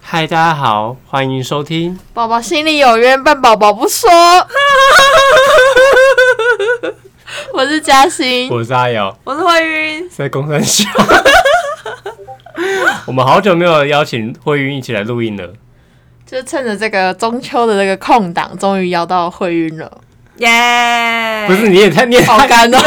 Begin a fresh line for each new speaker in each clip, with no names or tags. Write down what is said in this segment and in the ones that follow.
嗨，大家好，欢迎收听。
宝宝心里有冤，但宝宝不说。 我是嘉欣，
我是阿瑶，
我是慧云，
在公山 笑。我们好久没有邀请慧云一起来录音了，
就趁着这个中秋的这个空档，终于邀到慧云 了，
耶、
不是你也太你也
哎好
太，
干 哦！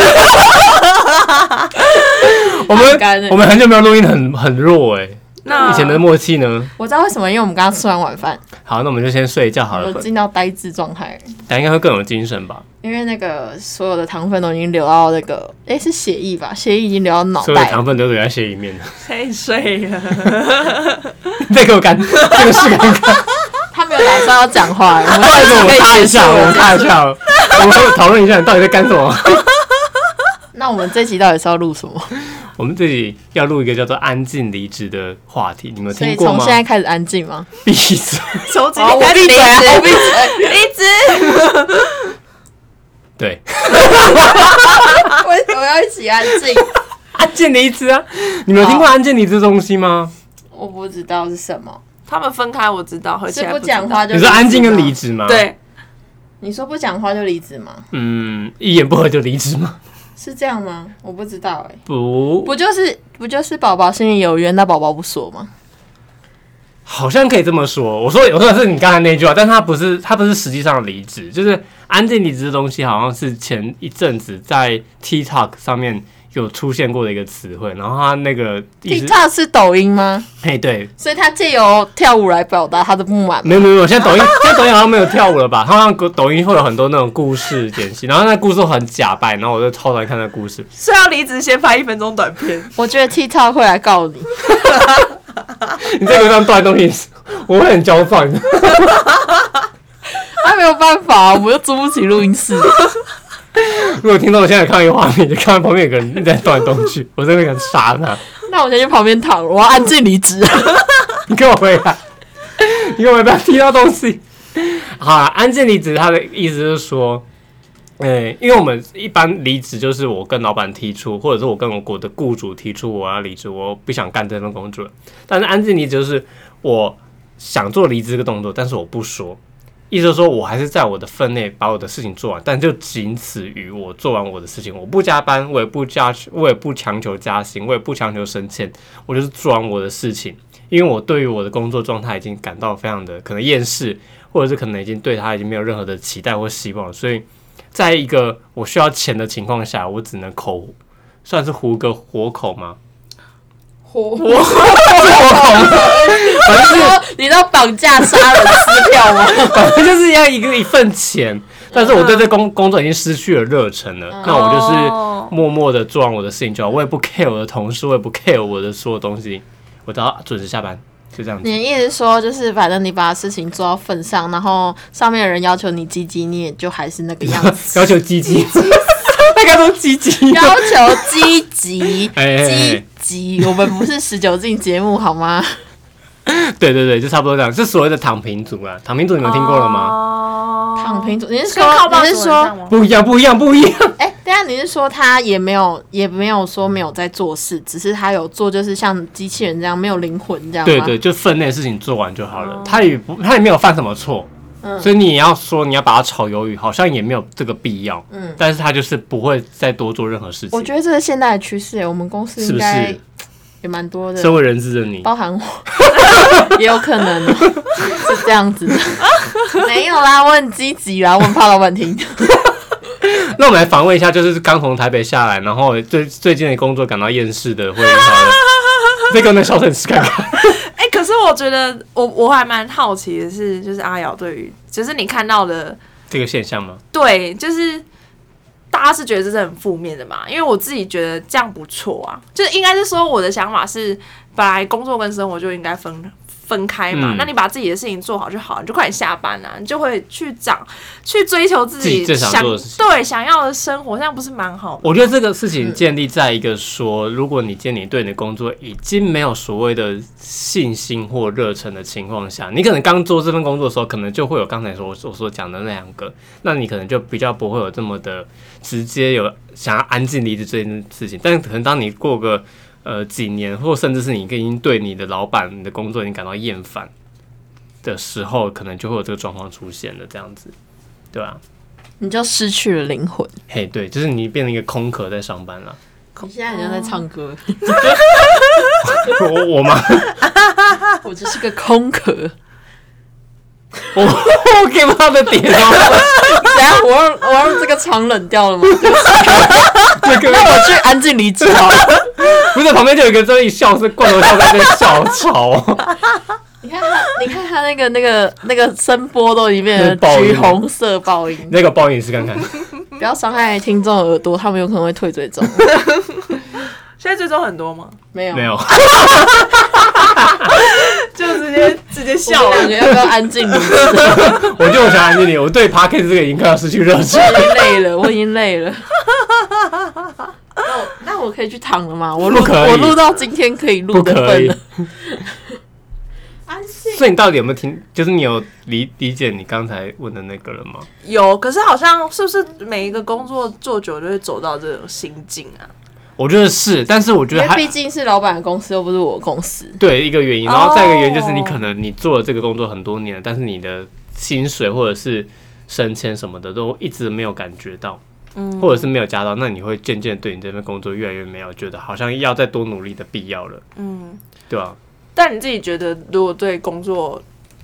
我
好啊干
们
欸
我们很久没有录音很很弱哎、
那
以前的默契呢？
我知道为什么，因为我们刚刚吃完晚饭，
好，那我们就先睡一觉好了
我，进到呆滞状态，
大家应该会更有精神吧？
因为那个所有的糖分都已经流到那个，诶，是血液吧？血液已经流到脑
所有的
袋
糖，分都留在血里面 了。
太睡了，
这个我干，这个是干干，
他没有打算要讲话，我 们
快 点，我
可以
看一
结束
下，我
了。
看一 下，我们讨论一下你到底在干什么。
那我们这集到底是要录什么？
我们自己要录一个叫做“安静离职”的话题，你们有
所
听
以
过
从
吗
现？在开始安静 吗？
闭嘴！
手指
好，我
开始
闭嘴啊，我闭嘴。
一直
对，
为什么要一起安静？
安静离职啊！你们有听过安静离职这东西吗？
我不知道是什么，
他们分开，我知道，合起
是
来
不
知道
讲。话就
你说安静跟
离
离
职
职吗？
啊，对，
吗？你说不讲话就离职吗？
嗯，一言不合就离职吗？
是这样吗？我不知道哎、
不，
不就是不就是宝宝心里有冤，那宝宝不说吗？
好像可以这么说。我说，我说的是你刚才那句话，但它不是，它不是实际上的离职，就是安静离职的东西，好像是前一阵子在 TikTok 上面有出现过的一个词汇，然后它那个意思，
TikTok 是抖音吗？
嘿，对，
所以他借由跳舞来表达他的不满吗。
没有没有没有，现在抖音现在抖音好像没有跳舞了吧？好像抖音会有很多那种故事剪辑，然后那故事都很假扮，然后我就超讨厌看那故事。
是要离职先拍一分钟短片，
我觉得 TikTok 会来告你，
你在流上断东西，我会很焦躁。你知道吗
他啊没有办法，我们又租不起录音室。
如果听到我现在看一个画面，就看到旁边有个人一直在断东西，我真的想杀他！
那我先去旁边躺，我要安静离 职。
你给我回来！你给我不要踢到东西。好啊，安静离职，他的意思就是说，呃，因为我们一般离职就是我跟老板提出，或者是我跟我我的雇主提出我要离职，我不想干这份工作了。但是安静离职就是我想做离职这个动作，但是我不说，意思就是说我还是在我的分内把我的事情做完，但就仅此于我做完我的事情，我不加班，我也不加，我也不强求加薪，我也不强求升迁，我就是做完我的事情。因为我对于我的工作状态已经感到非常的可能厌世，或者是可能已经对他已经没有任何的期待或希望了，所以在一个我需要钱的情况下，我只能口算是糊个活口吗？
我
反正是
说你要绑架杀人撕票吗？
反正就是要一个一份钱，但是我对这工工作已经失去了热忱了，那我就是默默的做完我的事情就好，我也不 care 我的同事，我也不 care 我的所有东西，我只要准时下班，就这样子。
你的意思说，就是反正你把事情做到份上，然后上面的人要求你积极，你也就还是那个样子。
要求积极，大家都积极。
要求积极，
哎哎哎
积极。我们不是十九禁节目好吗？
对对对，就差不多这样，是所谓的躺平族啦。躺平族你们听过了吗？
吗
躺平族，你是
跟靠
哦说
爸
你是说，
不一样，不一样，不一 样。
哎、等一下你是说他也没有也没有说没有在做事，只是他有做，就是像机器人这样没有灵魂这样吗？
对对，就分内的事情做完就好了。他也不，他也没有犯什么错，
嗯
所以你要说你要把他炒鱿鱼，好像也没有这个必要。
嗯
但是他就是不会再多做任何事情。
我觉得这是现代的趋势、哎我们公司
是
应
不
该
是
也蛮多的，
身为人质的你？
包含我， 也有可能哦是这 样子的。没有啦，我很积极啊啦，我很怕老板听。
那我们来访问一下，就是刚从台北下来，然后最最近的工作感到厌世的会员 好了。这个呢，小粉丝看看。
哎、可是我觉得我我还蛮好奇的是，就是阿瑶对于，就是你看到的，
这个现象吗？
对，就是。大家是觉得这是很负面的嘛？因为我自己觉得这样不错啊，就是应该是说我的想法是，本来工作跟生活就应该分分开嘛。
嗯
那你把自己的事情做好就好，你就快点下班啊啦、你就会去长去追求自
自己
己
最想
想
做的事情
对想要的生活，这样不是蛮好吗？
我觉得这个事情建立在一个说，如果你建立对你的工作已经没有所谓的信心或热忱的情况下，你可能刚做这份工作的时候，可能就会有刚才所我所讲的那两个，那你可能就比较不会有这么的直接有想要安静离职这件事情。但可能当你过个呃几年，或甚至是你已经对你的老板、你的工作已经感到厌烦，的时候，可能就会有这个状况出现的，这样子，对啊，
你就失去了灵魂。
嘿，对，就是你变成一个空壳在上班了。
你现在好像在唱歌，
我我吗？
我只是个空 壳。
我我给不到的点哦，
等一下我让我让这个场冷掉了吗？
那个
那我去安静离职好了。
不是旁边就有一个这一笑是罐头笑在那笑哦潮，
你看他，你看他那个那个那个声波都已经变
那是爆
成
音
橘红色爆 音，
那个报应你试看看。
不要伤害听众耳朵，他们有可能会退追踪。
现在追踪很多吗？
没 有
没，有，
就直接直接笑
我
了
感。觉要不要安静离职？
我就想安静你，我对 p a r k 这个已经快要失去热 情。
我已经累 了，我已经累了。那我那我可以去躺了吗？我录
不可以
我录到今天可以录
不
的
可
份
以
了。安静。
所以你到底有没有听？就是你有理理解你刚才问的那个了吗？
有，可是好像是不是每一个工作做久就会走到这种心境啊？
我觉得是，但是我觉
因
得
为
还
毕竟是老板的公司，又不是我公 司。
对一个原因，然后
哦
再一个原因就是你可能你做了这个工作很多年了，但是你的薪水或者是升迁什么的都一直没有感觉到，
嗯
或者是没有加到，那你会渐渐对你这份工作越来越没有觉得好像要再多努力的必要了，
嗯，
对啊吧、
但你自己觉得，如果对工作，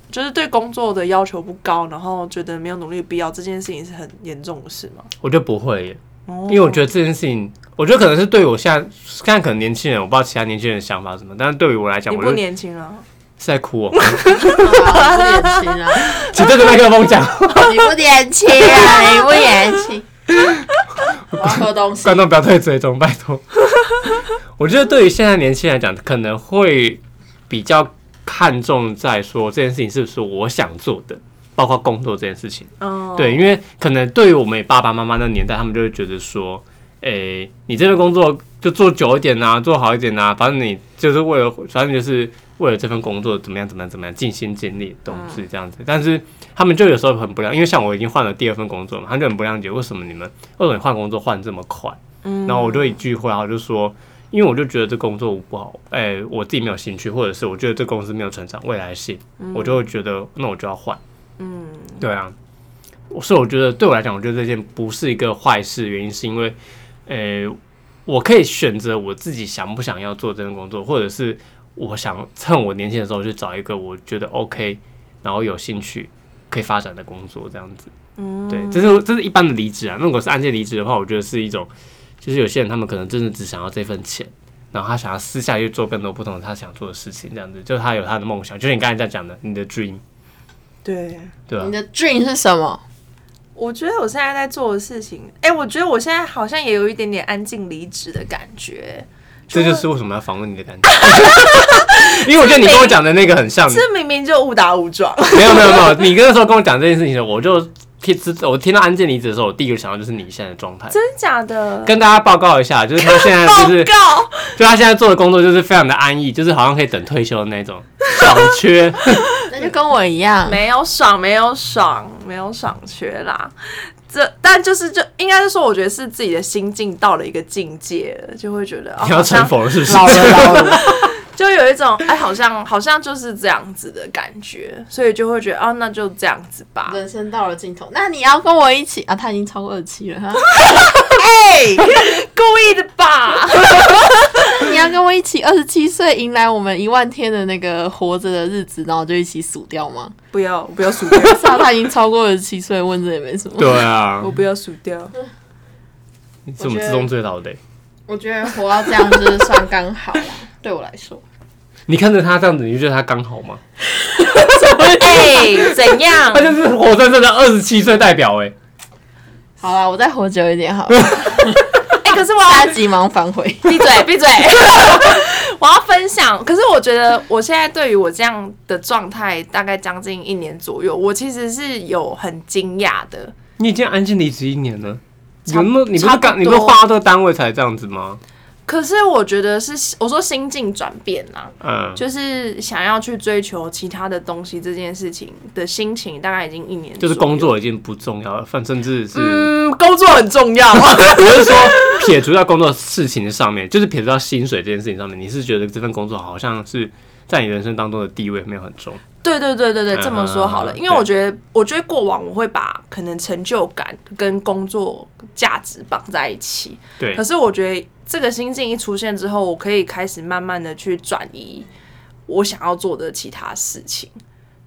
就是对工作的要求不高，然后觉得没有努力的必要，这件事情是很严重的事吗？
我觉得不会耶，
哦
因为我觉得这件事情，我觉得可能是对我现在现在可能年轻人，我不知道其他年轻人的想法是什么，但是对于我来讲，
你
我
不
就是
年轻啊了，
在哭、哦，
啊你不年轻啊！
请对着麦克风讲，
哦你不年轻啊！你不年轻。我要喝东西
观。众不要退追踪，拜 托。我觉得对于现在年轻人来讲，可能会比较看重在说这件事情是不是我想做的，包括工作这件事情。
嗯，
对，，因为可能对于我们爸爸妈妈那年代，他们就会觉得说，诶、你这份工作就做久一点呐、啊做好一点呐、反正你就是为了，反正就是为了这份工作怎么样怎么样怎么样，尽心尽力，懂事
嗯
这样子。但是他们就有时候很不谅，因为像我已经换了第二份工作嘛，他们就很不谅解，为什么你们为什么你换工作换这么快？
嗯
然后我就一句话，我就说，因为我就觉得这工作不好，哎、我自己没有兴趣，或者是我觉得这公司没有成长未来性，我就会觉得那我就要换。
嗯
对啊，我所以我觉得对我来讲，我觉得这件不是一个坏事，原因是因为，呃，我可以选择我自己想不想要做这份工作，或者是我想趁我年轻的时候去找一个我觉得 OK，然后有兴趣可以发展的工作，这样子。
嗯，
对，这是这是一般的离职啊。如果是按件离职的话，我觉得是一种，就是有些人他们可能真的只想要这份钱，然后他想要私下去做更多不同的他想做的事情，这样子，就是他有他的梦想，就是你刚才在讲的你的 dream，
对。
对吧、
你的 dream 是什么？
我觉得我现在在做的事情，哎、我觉得我现在好像也有一点点安静离职的感觉，
这就是为什么要访问你的感觉， 因为我觉得你跟我讲的那个很像，
这明明就误打误撞。
没有没有没有，你那时候跟我讲这件事情的时候，我就听知我听到安件离职的时候，我第一个想到就是你现在的状态。
真假的？
跟大家报告一下，就是他现在
报
就是，
告，
就他现在做的工作就是非常的安逸，就是好像可以等退休的那种，小 缺。
那就跟我一样。
没有爽，没有爽，没有爽缺啦。这但就是就应该是说，我觉得是自己的心境到了一个境界了，就会觉得、哦、
你要
好
成
像
佛了是不是？
老了老了，
就有一种哎，好像好像就是这样子的感觉，所以就会觉得啊，那就这样子吧。
人生到了尽头。那你要跟我一起啊？他已经超过二期 了哈。
哎，故意的吧？
你要跟我一起二十七岁迎来我们一万天的那个活着的日子，然后就一起数掉吗？
不要，我不要 数掉，
是啊，他已经超过二十七岁，问这也没什么。
对啊
我，不要数掉。
你是我们之中最老的欸、
我觉得活到这样就是算刚好啦，对我来说。
你看着他这样子，你就觉得他刚好
嗯
吗？
哎，怎样
他？就是活生生的二十七岁代表哎、
好啦，我再活久一点好 了，
哎，可是我要
大家急忙反悔。
闭嘴，闭嘴！ 我要分享，可是我觉得我现在对于我这样的状态，大概将近一年左右，我其实是有很惊讶的。
你已经安静离职一年了，你
差不
们你不
差
是
不
刚你不
多
是花到这个单位才这样子吗？
可是我觉得是，我说心境转变啦、
嗯，
就是想要去追求其他的东西这件事情的心情，大概已经一年，
就是工。作已经不重要了，反甚至是、
嗯，工作很重要。
我是说撇除掉工作事情上面，就是撇除掉薪水这件事情上面，你是觉得这份工作好像是在你人生当中的地位没有很重？
对对对对对，这么说好了，
嗯
因为我觉得，我觉得过往我会把可能成就感跟工作价值绑在一起，
对
可，是我觉得这个心境一出现之后，我可以开始慢慢的去转移我想要做的其他事情。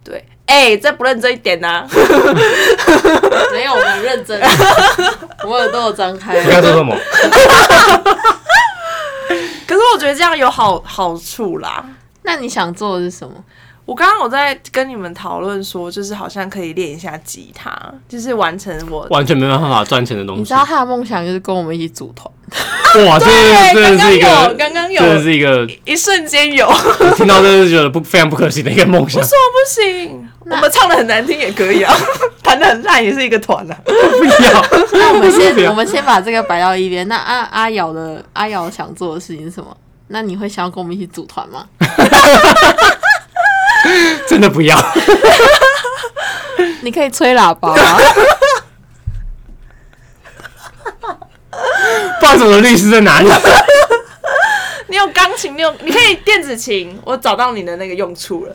对，哎、这不认真一点啊呢、
没有，我们认真，我耳朵有张开
你。刚才说什么？
可是我觉得这样有好好处啦。
那你想做的是什么？
我刚刚我在跟你们讨论说，就是好像可以练一下吉他，就是完成我
完全没办法赚钱的东
你
西。
知道他的梦想就是跟我们一起 组团，
哇，这
对，
真
刚
的是
刚
一
有，
个，
哎刚刚有
真，的是一个，
一瞬间有，
听到真的是觉得不非常不可行的一个梦想
不。是我不行， 我们唱的很难听也可以啊， 弹的很烂也是一个团啊。
不要，
那我们
不
先
要
我们先把这个摆到一边。那阿阿瑶的阿瑶想做的事情是什么？那你会想要跟我们一起组团吗？
真的不要。
你可以吹喇叭吗，啊
不知道我的律师在哪里？
你有钢琴，你有，你可以电子琴，我找到你的那个用处了，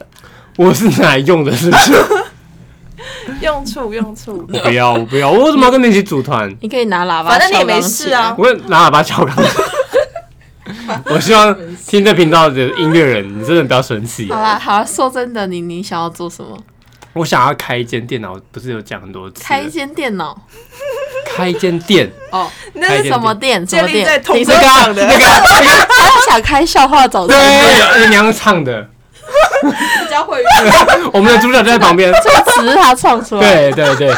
我是哪来用的？是不是？
用处用处。
我不要，我不要，我怎么要跟你一起组团？
你可以拿喇叭，
反正你也没事啊。
我会拿喇叭敲 钢琴。我希望听这频道的音乐人，你真的不要生气
好。啦，好啦，说真的，你你想要做什么？
我想要开一间店，我不是有讲很多次了，
开一间电脑
开一间店，
哦，
那
开
是
店
什么店？什
建
么
立
店
在？同
你
桌
说
上的，
那个
他想开笑话早餐店，
对，是娘唱的，
比较 会
我们的主角就在旁 边。
这个词是他创出来
对对
的。
对，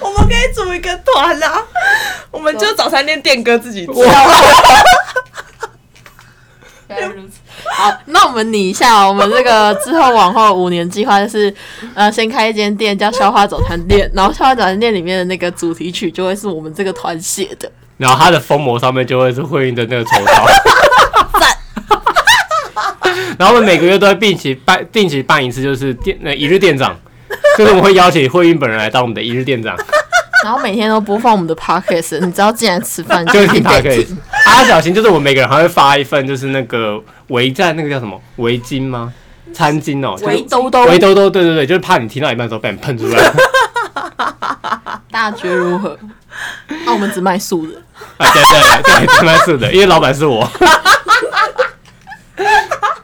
我们可以组一个团啊，我们就早餐店店哥自己做。
原来如此。好，啊那我们拟一下哦，我们这个之后往后五年计划就是，呃，先开一间店叫消化早餐店，然后消化早餐店里面的那个主题曲就会是我们这个团写 的。
然后他的封膜上面就会是惠运的那个酬劳。 然后我们每个月都会定期办定期办一次，就是店那一日店长，就是我们会邀请惠运本人来当我们的一日店长，
然后每天都播放我们的 podcast，你只要进来吃饭
就
就是
听他
得
可以
听。。
阿小型就是我们每个人还会发一份，就是那个围在那个叫什么围巾吗？餐巾哦、就是
围兜兜，
围兜兜，对对对，就是怕你听到一半的时候被你喷出 来。啊
大家觉得如何？那我们只卖素的，
啊，对对对，当然是的，因为老板是 我。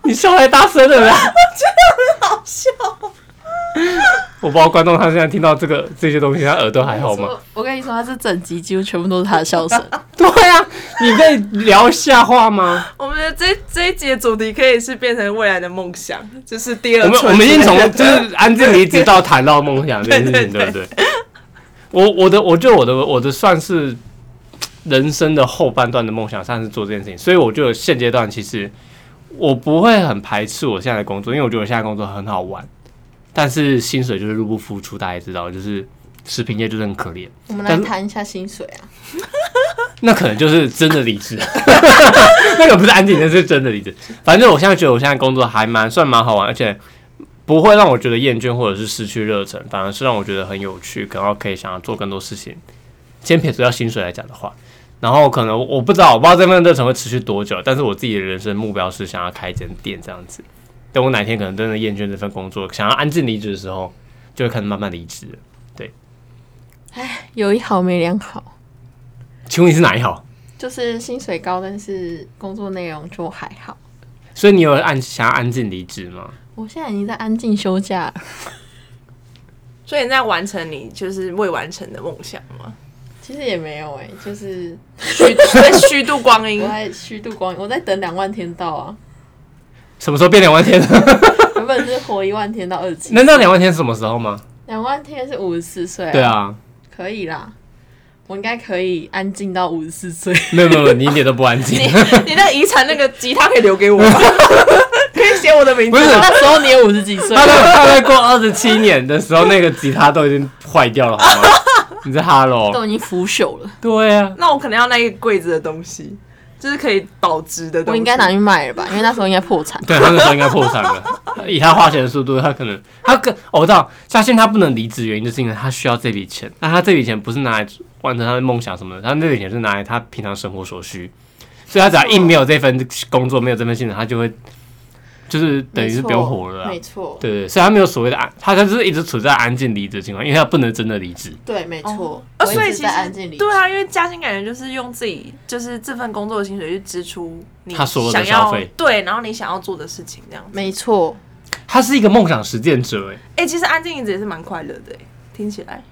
你笑太大声了啦！
好笑，
我不知道观众他现在听到这个这些东西，他耳朵还好吗？
我我跟你说，他这整集几乎全部都是他的笑 声。
对啊，你可以聊一下话吗？
我们的这这一节主题可以是变成未来的梦想，就是第二
我们
春
我们已经从就是安静离职到谈到梦想这件事情，对
对
不
对
对？我我的我觉得我的我的算是人生的后半段的梦想，算是做这件事情，所以我觉得现阶段其实我不会很排斥我现在的工作，因为我觉得我现在工作很好玩，但是薪水就是入不敷出，大家也知道，就是食品业就是很可怜，
我们
但
来
是
谈一下薪水啊，
那可能就是真的离职， 那个不是安静，那是真的离职。反正我现在觉得我现在工作还蛮算蛮好玩，而且不会让我觉得厌倦或者是失去热忱，反而是让我觉得很有趣，然后可以想要做更多事情。先撇除掉薪水来讲的话，然后可能我不知道，我不知道这份热忱会持续多久，但是我自己的人生目标是想要开一间店这样子。等我哪天可能真的厌倦这份工作，想要安静离职的时候，就会开始慢慢离职了。
有一好没两好。
请问你是哪一行？
就是薪水高，但是工作内容就还好。
所以你有安想要安静离职吗？
我现在已经在安静休假了，
所以你在完成你就是未完成的梦想吗？
其实也没有哎、就是
虚在虚度光 阴
我，在虚度光阴，我在等两万天到啊。
什么时候变两万天？
原本是活一万天到二十七，
那那两万天是什么时候吗？
两万天是五十四岁，
对，啊，
可以啦，我应该可以安静到五十四岁。
没有没有，没有你一点都不安静
你。你那遗产那个吉他可以留给我吗？可以写我的名字
不是
吗？
那时候你也五十几岁
他，在他在过二十七年的时候，那个吉他都已经坏掉了，好吗？你在哈喽？
都已经腐朽了，
对啊，
那我可能要那一个柜子的东西，就是可以保值的东
我
西。
应该拿去卖了吧？因为那时候应该破产。
对他那时候应该破产了。以他花钱的速度，他可能他跟、哦、我知道，嘉欣他不能离职，原因就是因为他需要这笔钱。那他这笔钱不是拿来完成他的梦想什么的，他那笔钱是拿来他平常生活所需。所以他只要一没有这份工作，没有这份薪水，他就会就是等于是不用活了啊。
没错，
对对，所以他没有所谓的安，他就是一直处在安静离职的情况，因为他不能真的离职。
对，没错。
呃，
我一
所以
直
其
在
实
安静里，
对啊，因为加薪感觉就是用自己就是这份工作的薪水去支出你
他所有的
想要
消费
对，然后你想要做的事情这样子。
没错，
他是一个梦想实践者，哎，
哎、其实安静离职也是蛮快乐的、欸，听起来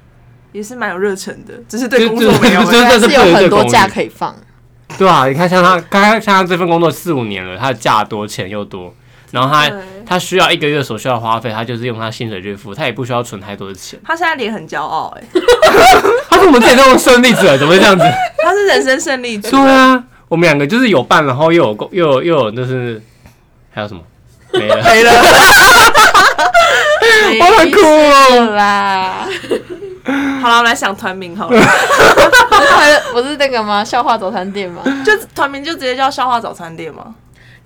也是蛮有热忱的，只是
就
对工作没有
就。就
但
这
是
是
有
对
很
对
多
公
假
寓
可以放。
对啊，你看像他，刚刚像他这份工作四五年了，他的假多，钱又多，然后他
对
他需要一个月所需要的花费，他就是用他薪水去付，他也不需要存太多的钱。
他现在脸很骄傲、欸，哎，
他是我们自己这种胜利者，怎么会这样子？
他是人生胜利组。
对。啊，我们两个就是有伴，然后又有工，又有又有就是还有什么没了
没了，
我很酷哦！
啦，
好了，我们来想团名好了，
不是那个吗？笑话早餐店吗？
就团名就直接叫笑话早餐店嘛。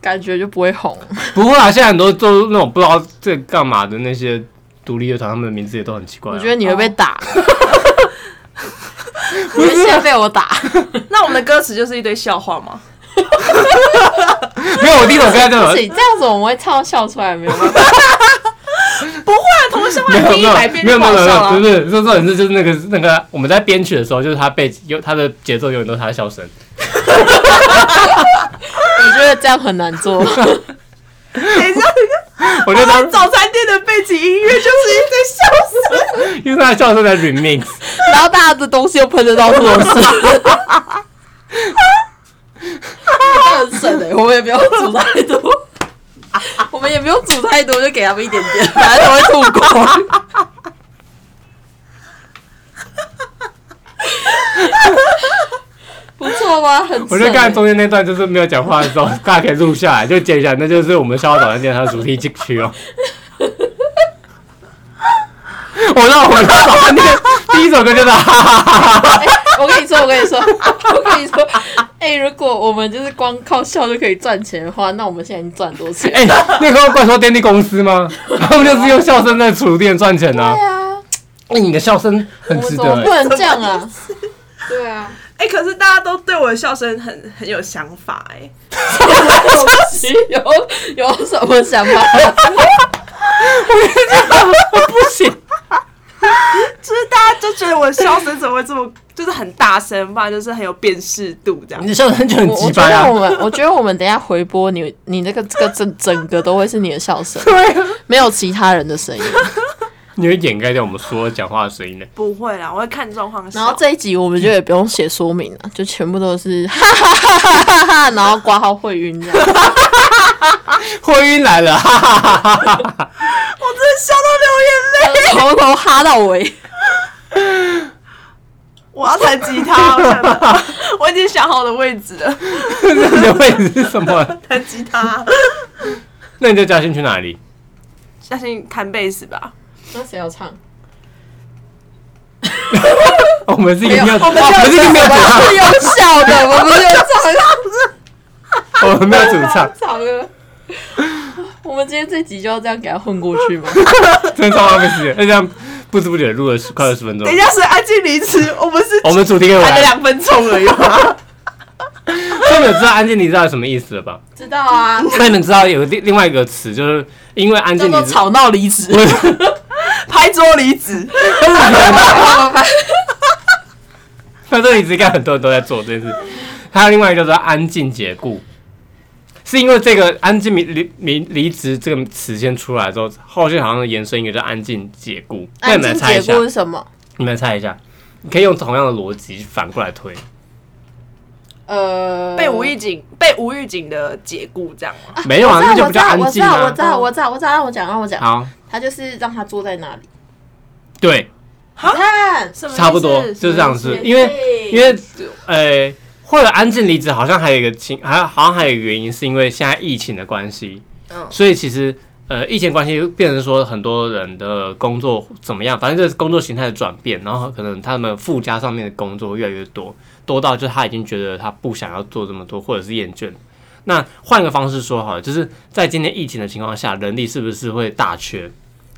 感觉就不会红。
不过啊，现在很多都那种不知道在干嘛的那些独立乐团，他们的名字也都很奇怪、啊。
我觉得你会被打， 你会先被哦我打。
那我们的歌词就是一堆笑话嘛。
没有，我第一首歌叫
不
做
行，这样子我们会唱到笑出来，没有办 法。
不会啊，同性
没有没
恋听一
有
百遍
没有
就
没
不
有没
好笑啊
有，
啊
不
了。
是，这重点是就是那个那个我们在编曲的时候，就是他被有他的节奏永远都是他的笑 声。
我觉得这样很难做。
等一下，
我觉得他
他早餐店的背景音乐就是一堆笑声。
因为他的笑声在 remix，
然后大家的东西又喷得到处都是。很省哎、我们也不用煮太 多，我们也不用煮太多，就给他们一点点，反正都会吐光。 不错吧？很省欸、
我觉得刚才中间那段就是没有讲话的时候，大家可以录下来，就截一下，那就是我们笑话早餐店它的主题曲 哦。我让我们的早餐店第一首歌就是哈哈哈哈哈，
哎 我跟你说，我跟你说，我跟你说，哎、如果我们就是光靠笑就可以赚钱的话，那我们现在已经赚多钱？
哎、那时候怪说电力公司 吗？他们就是用笑声在厨店赚钱啊。
对啊，
哎、你的笑声很值
我
得、
怎么不
欸，
能这样啊？对啊，
哎、可是大家都对我的笑声很很有想法哎、
有有什么想法？
不行。
就是大家就觉得我的笑声怎么会这么，就是很大声，不然就是很有辨识度这样
你。的笑声就很
我
鸡
我
巴
觉得
啊
我！们，我觉得我们等一下回播你，你那个这个整整个都会是你的笑声，
对啊，
没有其他人的声音。
你会掩盖掉我们说讲话的声 音的。
不会啦，我会看状况笑。
然后这一集我们就也不用写说明了，就全部都是 哈哈哈哈哈哈，然后挂号会晕这样。
婚姻来了，哈哈哈哈哈哈！
我真的笑到流眼泪。
从头哈到尾，
我要弹吉他，我想到我已经想好我的位置了，
你的位置是什么？
弹吉他。
那你的嘉兴去哪里？
相信弹贝斯吧。
那谁要唱？
我们是一个没有，
我们
哦我们是一个没有主
我们是用笑的，我们 不是用唱的，
唱，我们没有主唱，
唱的。我们今天这集就要这样给他混过去吗？
真的超浪费时间。那这样不知不觉录了十快二十分钟
等一。下是安静离职，我们是
我们主题给我
弹了
来，
两分钟而已 吗？
所以你们知道安静离职到底什么意思了吧？
知 道啊，
那你们知道有个另另外一个词，就是因为安
叫
静
做
离职，
吵闹离职。
拍桌离职，
那这里应该很多人都在做这件事。还有另外一个叫做安静解雇，是因为这个安静离离离离职这个词先出来之后，后续好像延伸一个叫安静解雇。那
安
你们
静
来猜一
解
下
雇，是什么？
你们来猜一下，你可以用同样的逻辑反过来推。
啊呃，
被无预警被无预警的解雇这样吗？
没有啊，那就
我
比
知
较
道，
安
我知
静
道，我
啊
知。道，我知道，我知道，让我讲，让我讲。
好，
他就是让他坐在那里，
对，
你看，
什么意思
差不多就是这样子
是。
因为
对
因为呃，或者安静离职，好像还有一个情，还好像还有一个原因，是因为现在疫情的关系，
嗯
所以其实呃，疫情关系变成说很多人的工作怎么样，反正就是工作形态的转变，然后可能他们附加上面的工作会越来越多，多到就是他已经觉得他不想要做这么多，或者是厌倦。那换个方式说好了，就是在今天疫情的情况下，人力是不是会大缺？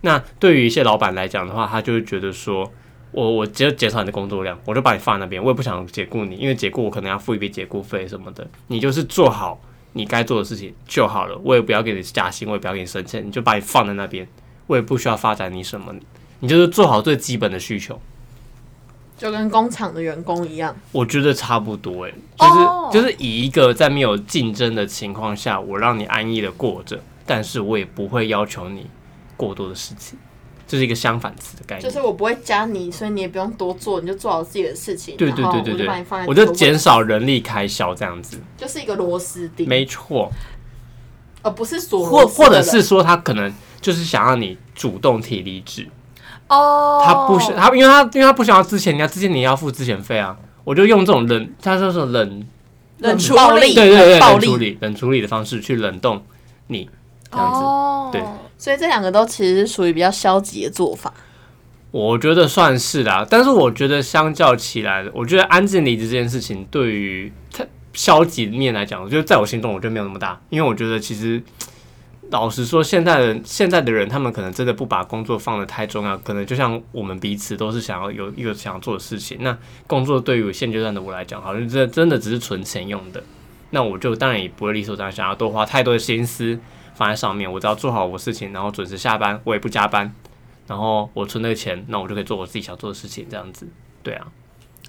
那对于一些老板来讲的话，他就会觉得说，我我只有减少你的工作量，我就把你放在那边，我也不想解雇你，因为解雇我可能要付一笔解雇费什么的，你就是做好你该做的事情就好了。我也不要给你加薪，我也不要给你升迁，你就把你放在那边，我也不需要发展你什么，你就是做好最基本的需求。
就跟工厂的员工一样，
我觉得差不多诶、就是、
哦
就是以一个在没有竞争的情况下，我让你安逸的过着，但是我也不会要求你过多的事情，这是一个相反词的概念。
就是我不会加你，所以你也不用多做，你就做好自己的事情。
对对
然后
对对
我就把你放
对，
在
我就
座位
减，少人力开销这样子，
就是一个螺丝钉，
没错。
而不是锁
或
螺丝
或
的
者是
人
说，他可能就是想让你主动提离职，
哦，
他不想他，因为他因为他不想要之前你要之前你要付之前费啊，我就用这种冷，他说是冷，
冷处
暴
理
对对对，
暴
冷
力
处理冷处理的方式去冷冻你这样子。
哦
对
所以这两个都其实是属于比较消极的做法。
我觉得算是啦、但是我觉得相较起来，我觉得安静离职这件事情对于它消极面来讲，我觉得在我心中我觉得没有那么大，因为我觉得其实老实说，现在的现在的人，他们可能真的不把工作放得太重要，可能就像我们彼此都是想要有一个想要做的事情，那工作对于现阶段的我来讲，好像真真的只是存钱用的，那我就当然也不会理所当然想要多花太多的心思放在上面，我只要做好我事情，然后准时下班，我也不加班。然后我存那个钱，那我就可以做我自己想做的事情，这样子。对啊，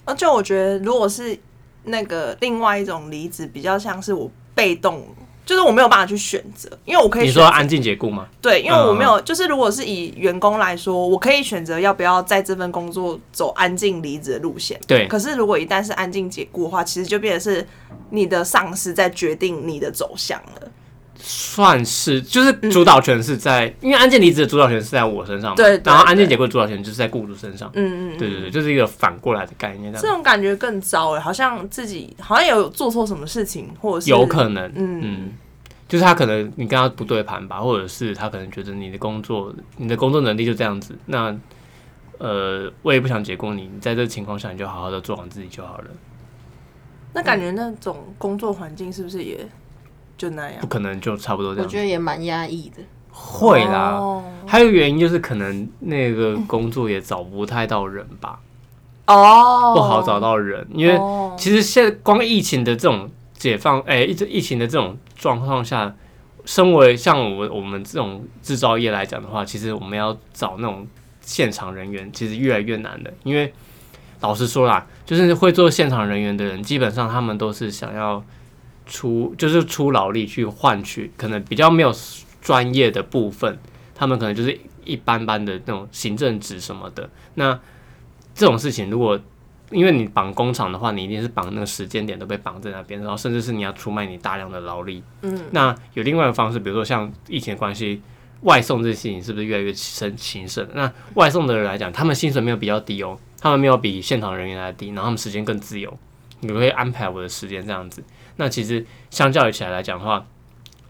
而且我觉得，如果是那个另外一种离职，比较像是我被动，就是我没有办法去选择，因为我可
你
以选
说啊嗯
择
安静解雇吗？
对，因为我没有，就是如果是以员工来说，我可以选择要不要在这份工作走安静离职的路线。
对
可是如果一旦是安静解雇的话，其实就变成是你的上司在决定你的走向了。
算是，就是主导权是在，因为安静离职的主导权是在我身上嘛。
嗯对对
然后安静解雇的主导权就是在雇主身上。
嗯嗯，
对对对，就是一个反过来的概念，这
这
样
种感觉更糟哎，好像自己好像有做错什么事情，或者是
有可能，
嗯
嗯。就是他可能你跟他不对盘吧，或者是他可能觉得你的工作、你的工作能力就这样子。那，呃，我也不想解雇你，你在这情况下你就好好的做好自己就好了。
那感觉那种工作环境是不是也就那样
不？可能就差不多这
我
样
觉。得也蛮压抑的，
会啦，
哦
还有一个原因就是可能那个工作也找不太到人吧，
哦，
不好找，到人，因为
哦
其实现在光疫情的这种解放，哎、一直疫情的这种状况下，身为像我我们这种制造业来讲的话，其实我们要找那种现场人员，其实越来越难的，因为老实说啦，就是会做现场人员的人，基本上他们都是想要出，就是出劳力去换取可能比较没有专业的部分，他们可能就是一般般的那种行政职什么的。那这种事情，如果因为你绑工厂的话，你一定是绑那个时间点都被绑在那边，然后甚至是你要出卖你大量的劳力。
嗯，
那有另外一个方式，比如说像疫情的关系，外送这些事情是不是越来越盛兴盛？那外送的人来讲，他们薪水没有比较低哦，他们没有比现场人员来低，然后他们时间更自由，你可以安排我的时间这样子。那其实相较于起来来讲的话，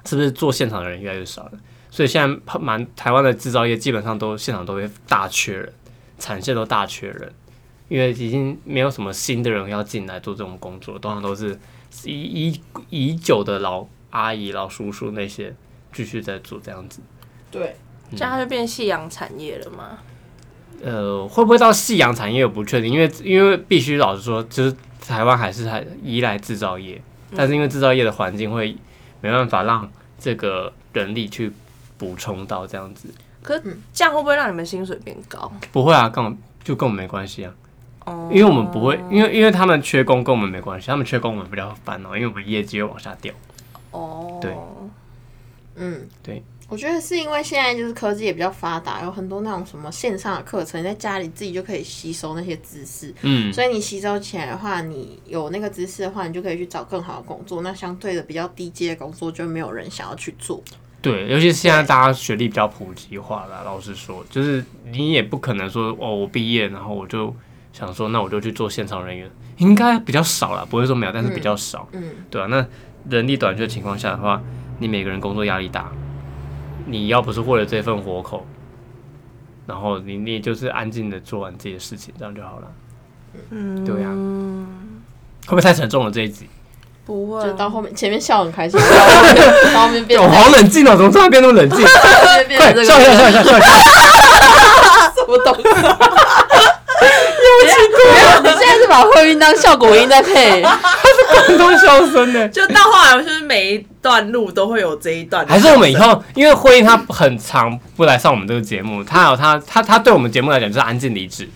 是不是做现场的人越来越少了？所以现在蛮台湾的制造业基本上都现场都会大缺人，产线都大缺人，因为已经没有什么新的人要进来做这种工作，通常都是已已已久的老阿姨、老叔叔那些继续在做这样子。
对，
这样它就变夕阳产业了嘛？
呃，会不会到夕阳产业我不确定，因为因为必须老实说，就是台湾还是还依赖制造业，但是因为制造业的环境会没办法让这个人力去补充到这样子，
可是这样会不会让你们薪水变高？
不会啊，跟我就跟我们没关系啊，
哦
因为我们不会，因为因为他们缺工跟我们没关系，他们缺工我们比较烦恼，因为我们业绩会往下掉。
哦，
对
嗯，
对。
我觉得是因为现在就是科技也比较发达，有很多那种什么线上的课程，你在家里自己就可以吸收那些知识。
嗯，
所以你吸收起来的话，你有那个知识的话，你就可以去找更好的工作。那相对的比较低阶的工作，就没有人想要去做。
对，尤其是现在大家学历比较普及化了，老实说，就是你也不可能说哦，我毕业然后我就想说，那我就去做现场人员，应该比较少了，不会说没有，但是比较少，
嗯，
对啊，那人力短缺的情况下的话，你每个人工作压力大，你要不是为了这份活口，然后你你也就是安静的做完自己的事情，这样就好了。
嗯
对啊会不会太沉重了这一集？
不会
就到后面前面笑很开 心，到后面到后面变
我好冷静哦，怎么突然变那么冷静？
直接变
快
成这个
笑一下，笑一下，笑一下！
我 懂。有没有，你现在是把会晕当效果音在配，
他是很多笑声呢。
就到后来就是每一段路都会有这一 段。
还是我们以哦后，因为慧英她很长不来上我们这个节目，她有她她她对我们节目来讲就是安静离职，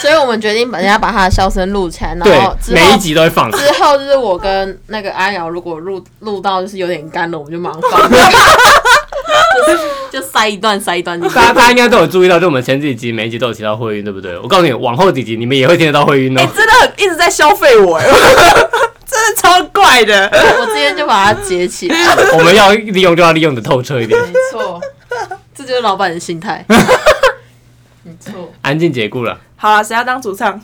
所以我们决定把人家把他的笑声录起来，然
对
后，之
每
后
一集都会放。
之后就是我跟那个阿瑶，如果录录到就是有点干了，我们就忙放， 就是就塞一段塞一段进去
大。家大家应该都有注意到，就我们前几集每一集都有提到慧晕，对不对？我告诉你，往后几集你们也会听得到慧晕哦
哎、。真的很一直在消费我，哎 真的超怪的。
我今天就把它截起来，
我们要利用就要利用的透彻一点，
没错，这就是老板的心态。没错，
安静解雇了。
好了，谁要当主唱？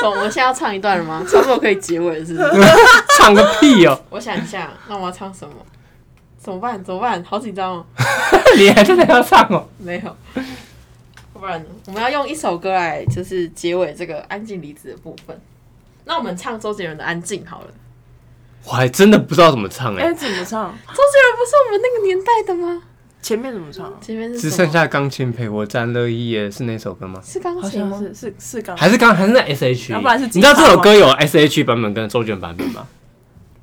所以我们现在要唱一段了 吗？差不多可以结尾了是不是？
唱个屁哦！
我想一下，那我要唱什么？怎么办？怎么办？好紧张哦。
你还真的要唱哦？
没有，不然呢？我们要用一首歌来就是结尾这个安静离子的部分。那我们唱周杰伦的《安静》好了。
我还真的不知道怎么唱
哎、
哎，
怎么唱？
周杰伦不是我们那个年代的吗？
前面怎么唱？
前面是
只
什么
剩下钢琴陪我站乐一夜是那首歌吗？
是钢
好
琴
像
吗？
是是是刚。
还是刚还是那 S H？E？
要不然是吉
你知
他
道这首歌有 S H E 版本跟周杰伦版本吗？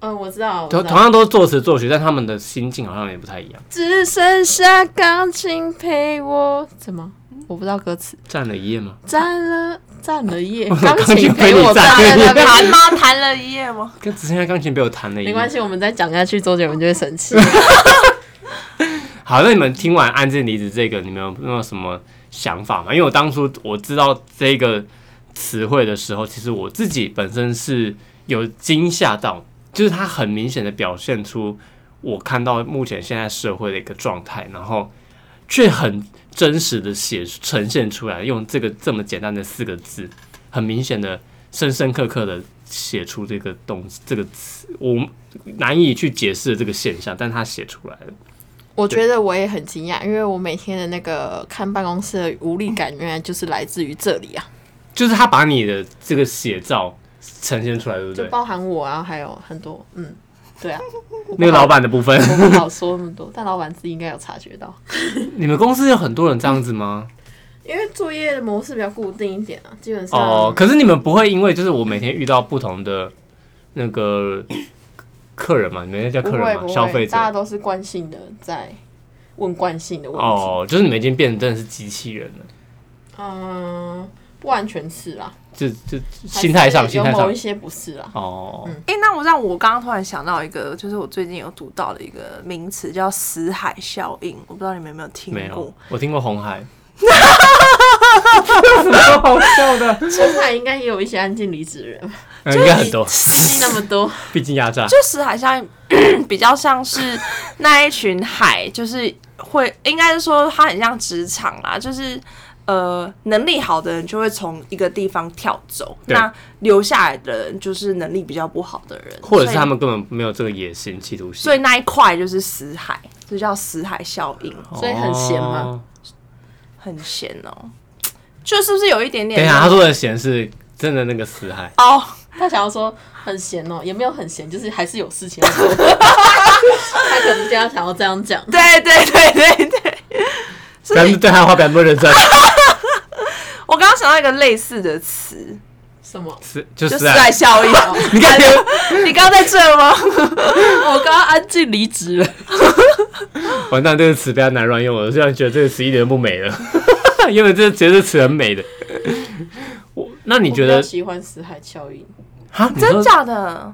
嗯，我知道，我
同
知
同
道。
样都是作词作曲，但他们的心境好像也不太一样。
只剩下钢琴陪我，怎么？我不知道歌词。
嗯
站了一夜吗？
占了占了夜，
钢
钢
琴
琴
陪
陪
你
我
站
站在 那边。
弹吗？弹了一夜吗？
跟只剩下钢琴被我弹了一夜。
没关系，我们再讲下去，周杰伦就会生气。
好，那你们听完《安静离子》这个，你们有没有什么想法吗？因为我当初我知道这个词汇的时候，其实我自己本身是有惊吓到，就是它很明显的表现出我看到目前现在社会的一个状态，然后却很真实的写呈现出来，用这个这么简单的四个字，很明显的、深深刻刻的写出这个东这个词，我难以去解释的这个现象，但他写出来了。
我觉得我也很惊讶，因为我每天的那个看办公室的无力感，原来就是来自于这里啊，
就是他把你的这个写照呈现出来，对不
就
对？
包含我啊，还有很多，嗯，对啊，
那个老板的部分，
我不好说那么多，但老板自己应该有察觉到，
你们公司有很多人这样子吗？
因为作业的模式比较固定一点啊，基本上
哦，可是你们不会因为就是我每天遇到不同的那个客人嘛，你们叫
不
客
会
人嘛，
不
消费
会，
者
大家都是惯性的在问惯性的问题，
哦，就是你们已经变成真的是机器人了，
嗯，不完全是啦，
就就心态上
还是
心
有
态
某
上
一些嗯不是啦，
哦，
哎、那我让我刚刚突然想到一个，就是我最近有读到的一个名词叫“死海效应”，我不知道你们有没有听
没有
过。，
我听过红 海。 有什么好笑的？
出海应该也有一些安静离职的人，
嗯应该很多，
那么多，
毕竟压榨。
就死海效应比较像是那一群海，就是会应该是说它很像职场啦，就是呃能力好的人就会从一个地方跳走，
对
那留下来的人就是能力比较不好的人，
或者
所
是
以
他们根本没有这个野心、企图心，
所以那一块就是死海，就叫死海效应，
所以很闲嘛
哦
很闲哦、就是不是有一点点
等一
那种？
啊下，他说的闲是真的那个死海，
哦，
他想要说很闲哦，也没有很闲，就是还是有事情要做。他可能这样想要这样讲，
对对对对对，
不要对他的话不要那么认 真，
我刚刚想到一个类似的词，
什么？
是就
就是死
啊
海效应。
你看，
你刚刚在这吗？
我刚刚安静离职了。
完蛋，这个词被他拿来乱用，我突然觉得这个词一点都不美了，因为这觉得这词很美的。 我那你觉
我
得
比较喜欢死海效应？
啊？你
真
说
假的？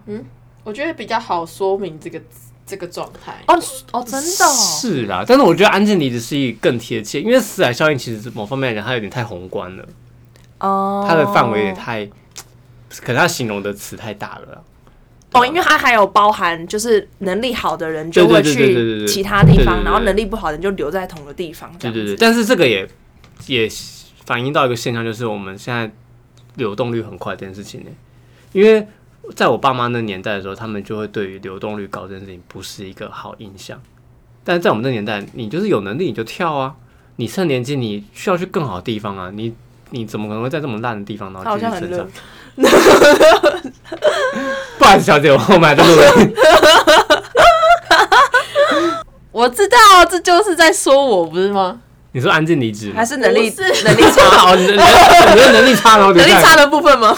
我觉得比较好说明这个这个状态。
哦哦，真的哦。
是啦，但是我觉得安静离职是一个更贴切，因为死海效应其实某方面来讲，它有点太宏观了，
哦，
它的范围也太，可能它形容的词太大了啦。
哦，因为它还有包含，就是能力好的人就
对
会
对对对对
去
对
其他地
对对对
方，然后
对
能力不好的人就留在同个地方。
对
这样
对
子
对，但是这个也也反映到一个现象，就是我们现在流动率很快这件事情呢，因为在我爸妈那年代的时候，他们就会对于流动率高这件事情不是一个好印象，但是在我们那年代，你就是有能力你就跳啊，你趁年轻你需要去更好的地方啊，你你怎么可能会在这么烂的地方然
他
后
好
继续
像很
成
热
长？。 不好意思，小姐，我后面还在录音。
我知道，这就是在说我，不是吗？
你说安静离职吗
还？是能力
不是
能力差，
哦，你的你的能力差，然后
能力差的部分吗？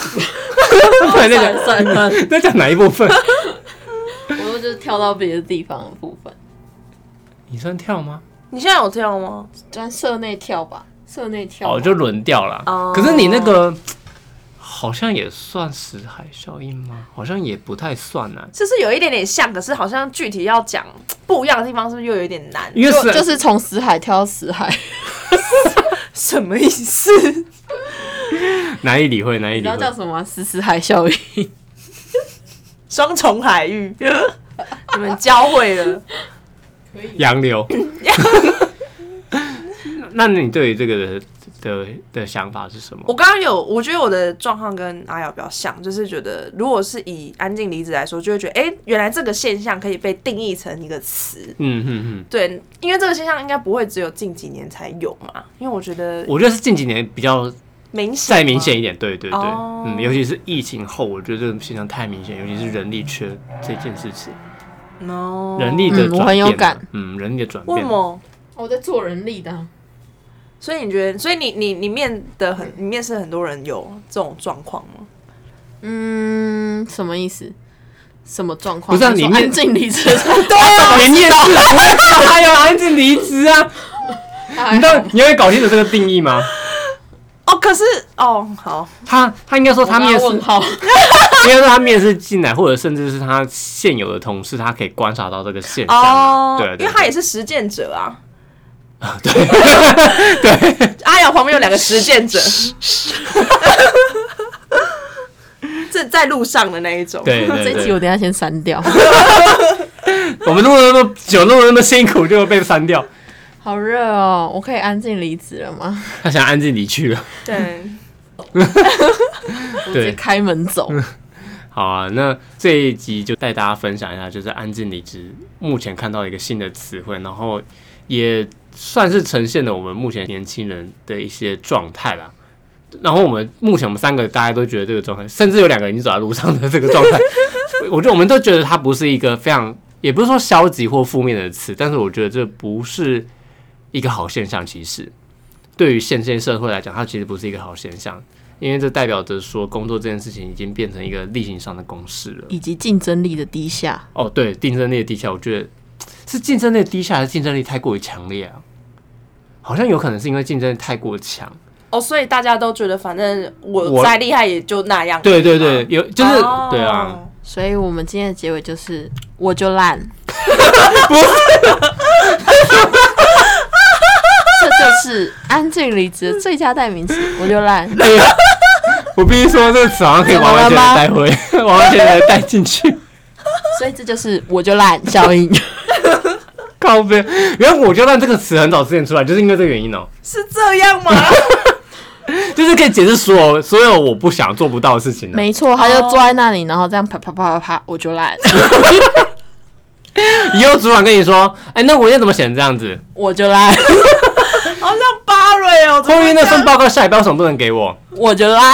对那
算
个
算 算，
那讲哪一部分？
我就就是跳到别的地方的部分，
你算跳 吗？
你现在有跳吗？
专社内跳吧，社内跳吧。
哦，就轮掉了。
哦
可是你那个好像也算死海效应吗？好像也不太算啊。
就是有一点点像，可是好像具体要讲不一样的地方，是不是又有一点难？
因为
就就是是从死海跳到 死海，
什么意思？
难以理会，难以
你
理
知道叫
会。
什么吗？死死海效应。
双重海域， 你们教会了。
洋流。 那你对于这个的的的想法是什么？
我刚刚有，我觉得我的状况跟阿瑶比较像，就是觉得如果是以安静离子来说，就会觉得，哎、原来这个现象可以被定义成一个词。
嗯哼哼，
对，因为这个现象应该不会只有近几年才有嘛，因为我觉得
我觉得是近几年比较
明显
再明
嘛
显一点，对对对，
哦
嗯，尤其是疫情后，我觉得这种现象太明显，尤其是人力缺这件事情，
，no
人力的转
嗯我
变、
很有感，
嗯，人力的转
为
变
什，么？
我在做人力的啊、
所以你觉得，所以你你你面的很，你面试很多人有这种状况吗？
嗯，什么意思？什么状况？
不是啊
说
里面
安静离职，
对啊，连面试还会说还有安静离职啊？你到你会搞清楚这个定义吗？
哦，可是哦，好，
他他应该说 他面试，
问号，
应该说他面试进来，或者甚至是他现有的同事，他可以观察到这个现象啊，啊
哦，
对，对
因为他也
对
是实践者啊。对对，阿瑶哎旁边有两个实践者，这 在路上的那一种。，
对对
这一集
对
我等一下先删掉，
我们录了那么久，录了那么 辛苦，就被删掉，
好热哦！我可以安静离职了吗？
他想安静离去了。
对，
我直接开 门走。
好啊，那这一集就带大家分享一下，就是安静离职目前看到一个新的词汇，然后也算是呈现了我们目前年轻人的一些状态啦。然后我们目前我们三个大家都觉得这个状态，甚至有两个已经走在路上的这个状态，我我觉得我们都觉得它不是一个非常，也不是说消极或负面的词，但是我觉得这不是一个好现象。其实对于现今社会来讲，它其实不是一个好现象。因为这代表着说，工作这件事情已经变成一个例行上的公事了。
以及竞争力的低下，
哦，对，竞争力的低下，我觉得是竞争力低下，还是竞争力太过于强烈啊？好像有可能是因为竞争力太过强。
哦，所以大家都觉得，反正我
我
再厉害也就那样。
对对对，有就是、
哦
对啊，，
所以我们今天的结尾就是我就烂， 这就是安静离职的最佳代名词，我就烂。
哎呀，我必须说这个词好像可以完完全全带回，完完全全带进去。
所以这就是我就烂 效应。
靠边，原来我就让这个词很早之前出来，就是因为这个原因哦、
是这样 吗？
就是可以解释所有所有我不想做不到的事情、啊。
没错，他就坐在那里，然后这样啪啪啪啪啪，我就 烂，
以后主管跟你说，哎、那我应该怎么写成这样子？
我就烂，
好像巴瑞哦，
后面那份报告下礼拜为什么不能给我？
我就烂。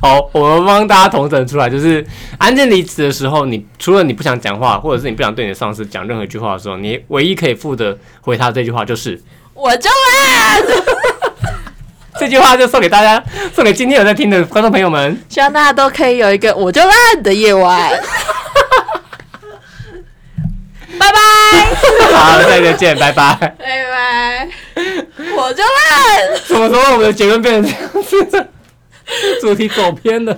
好，我们帮大家统整出来，就是安静离职的时候，你除了你不想讲话，或者是你不想对你的上司讲任何一句话的时候，你唯一可以负责回他这句话就是
我就烂。
这句话，就送给大家，送给今天有在听的观众朋友们。
希望大家都可以有一个我就烂的夜 晚。
拜拜。
好，再见，拜拜。
拜拜，我就 烂。
什么时候我们的结论变成这样子？主题走偏了。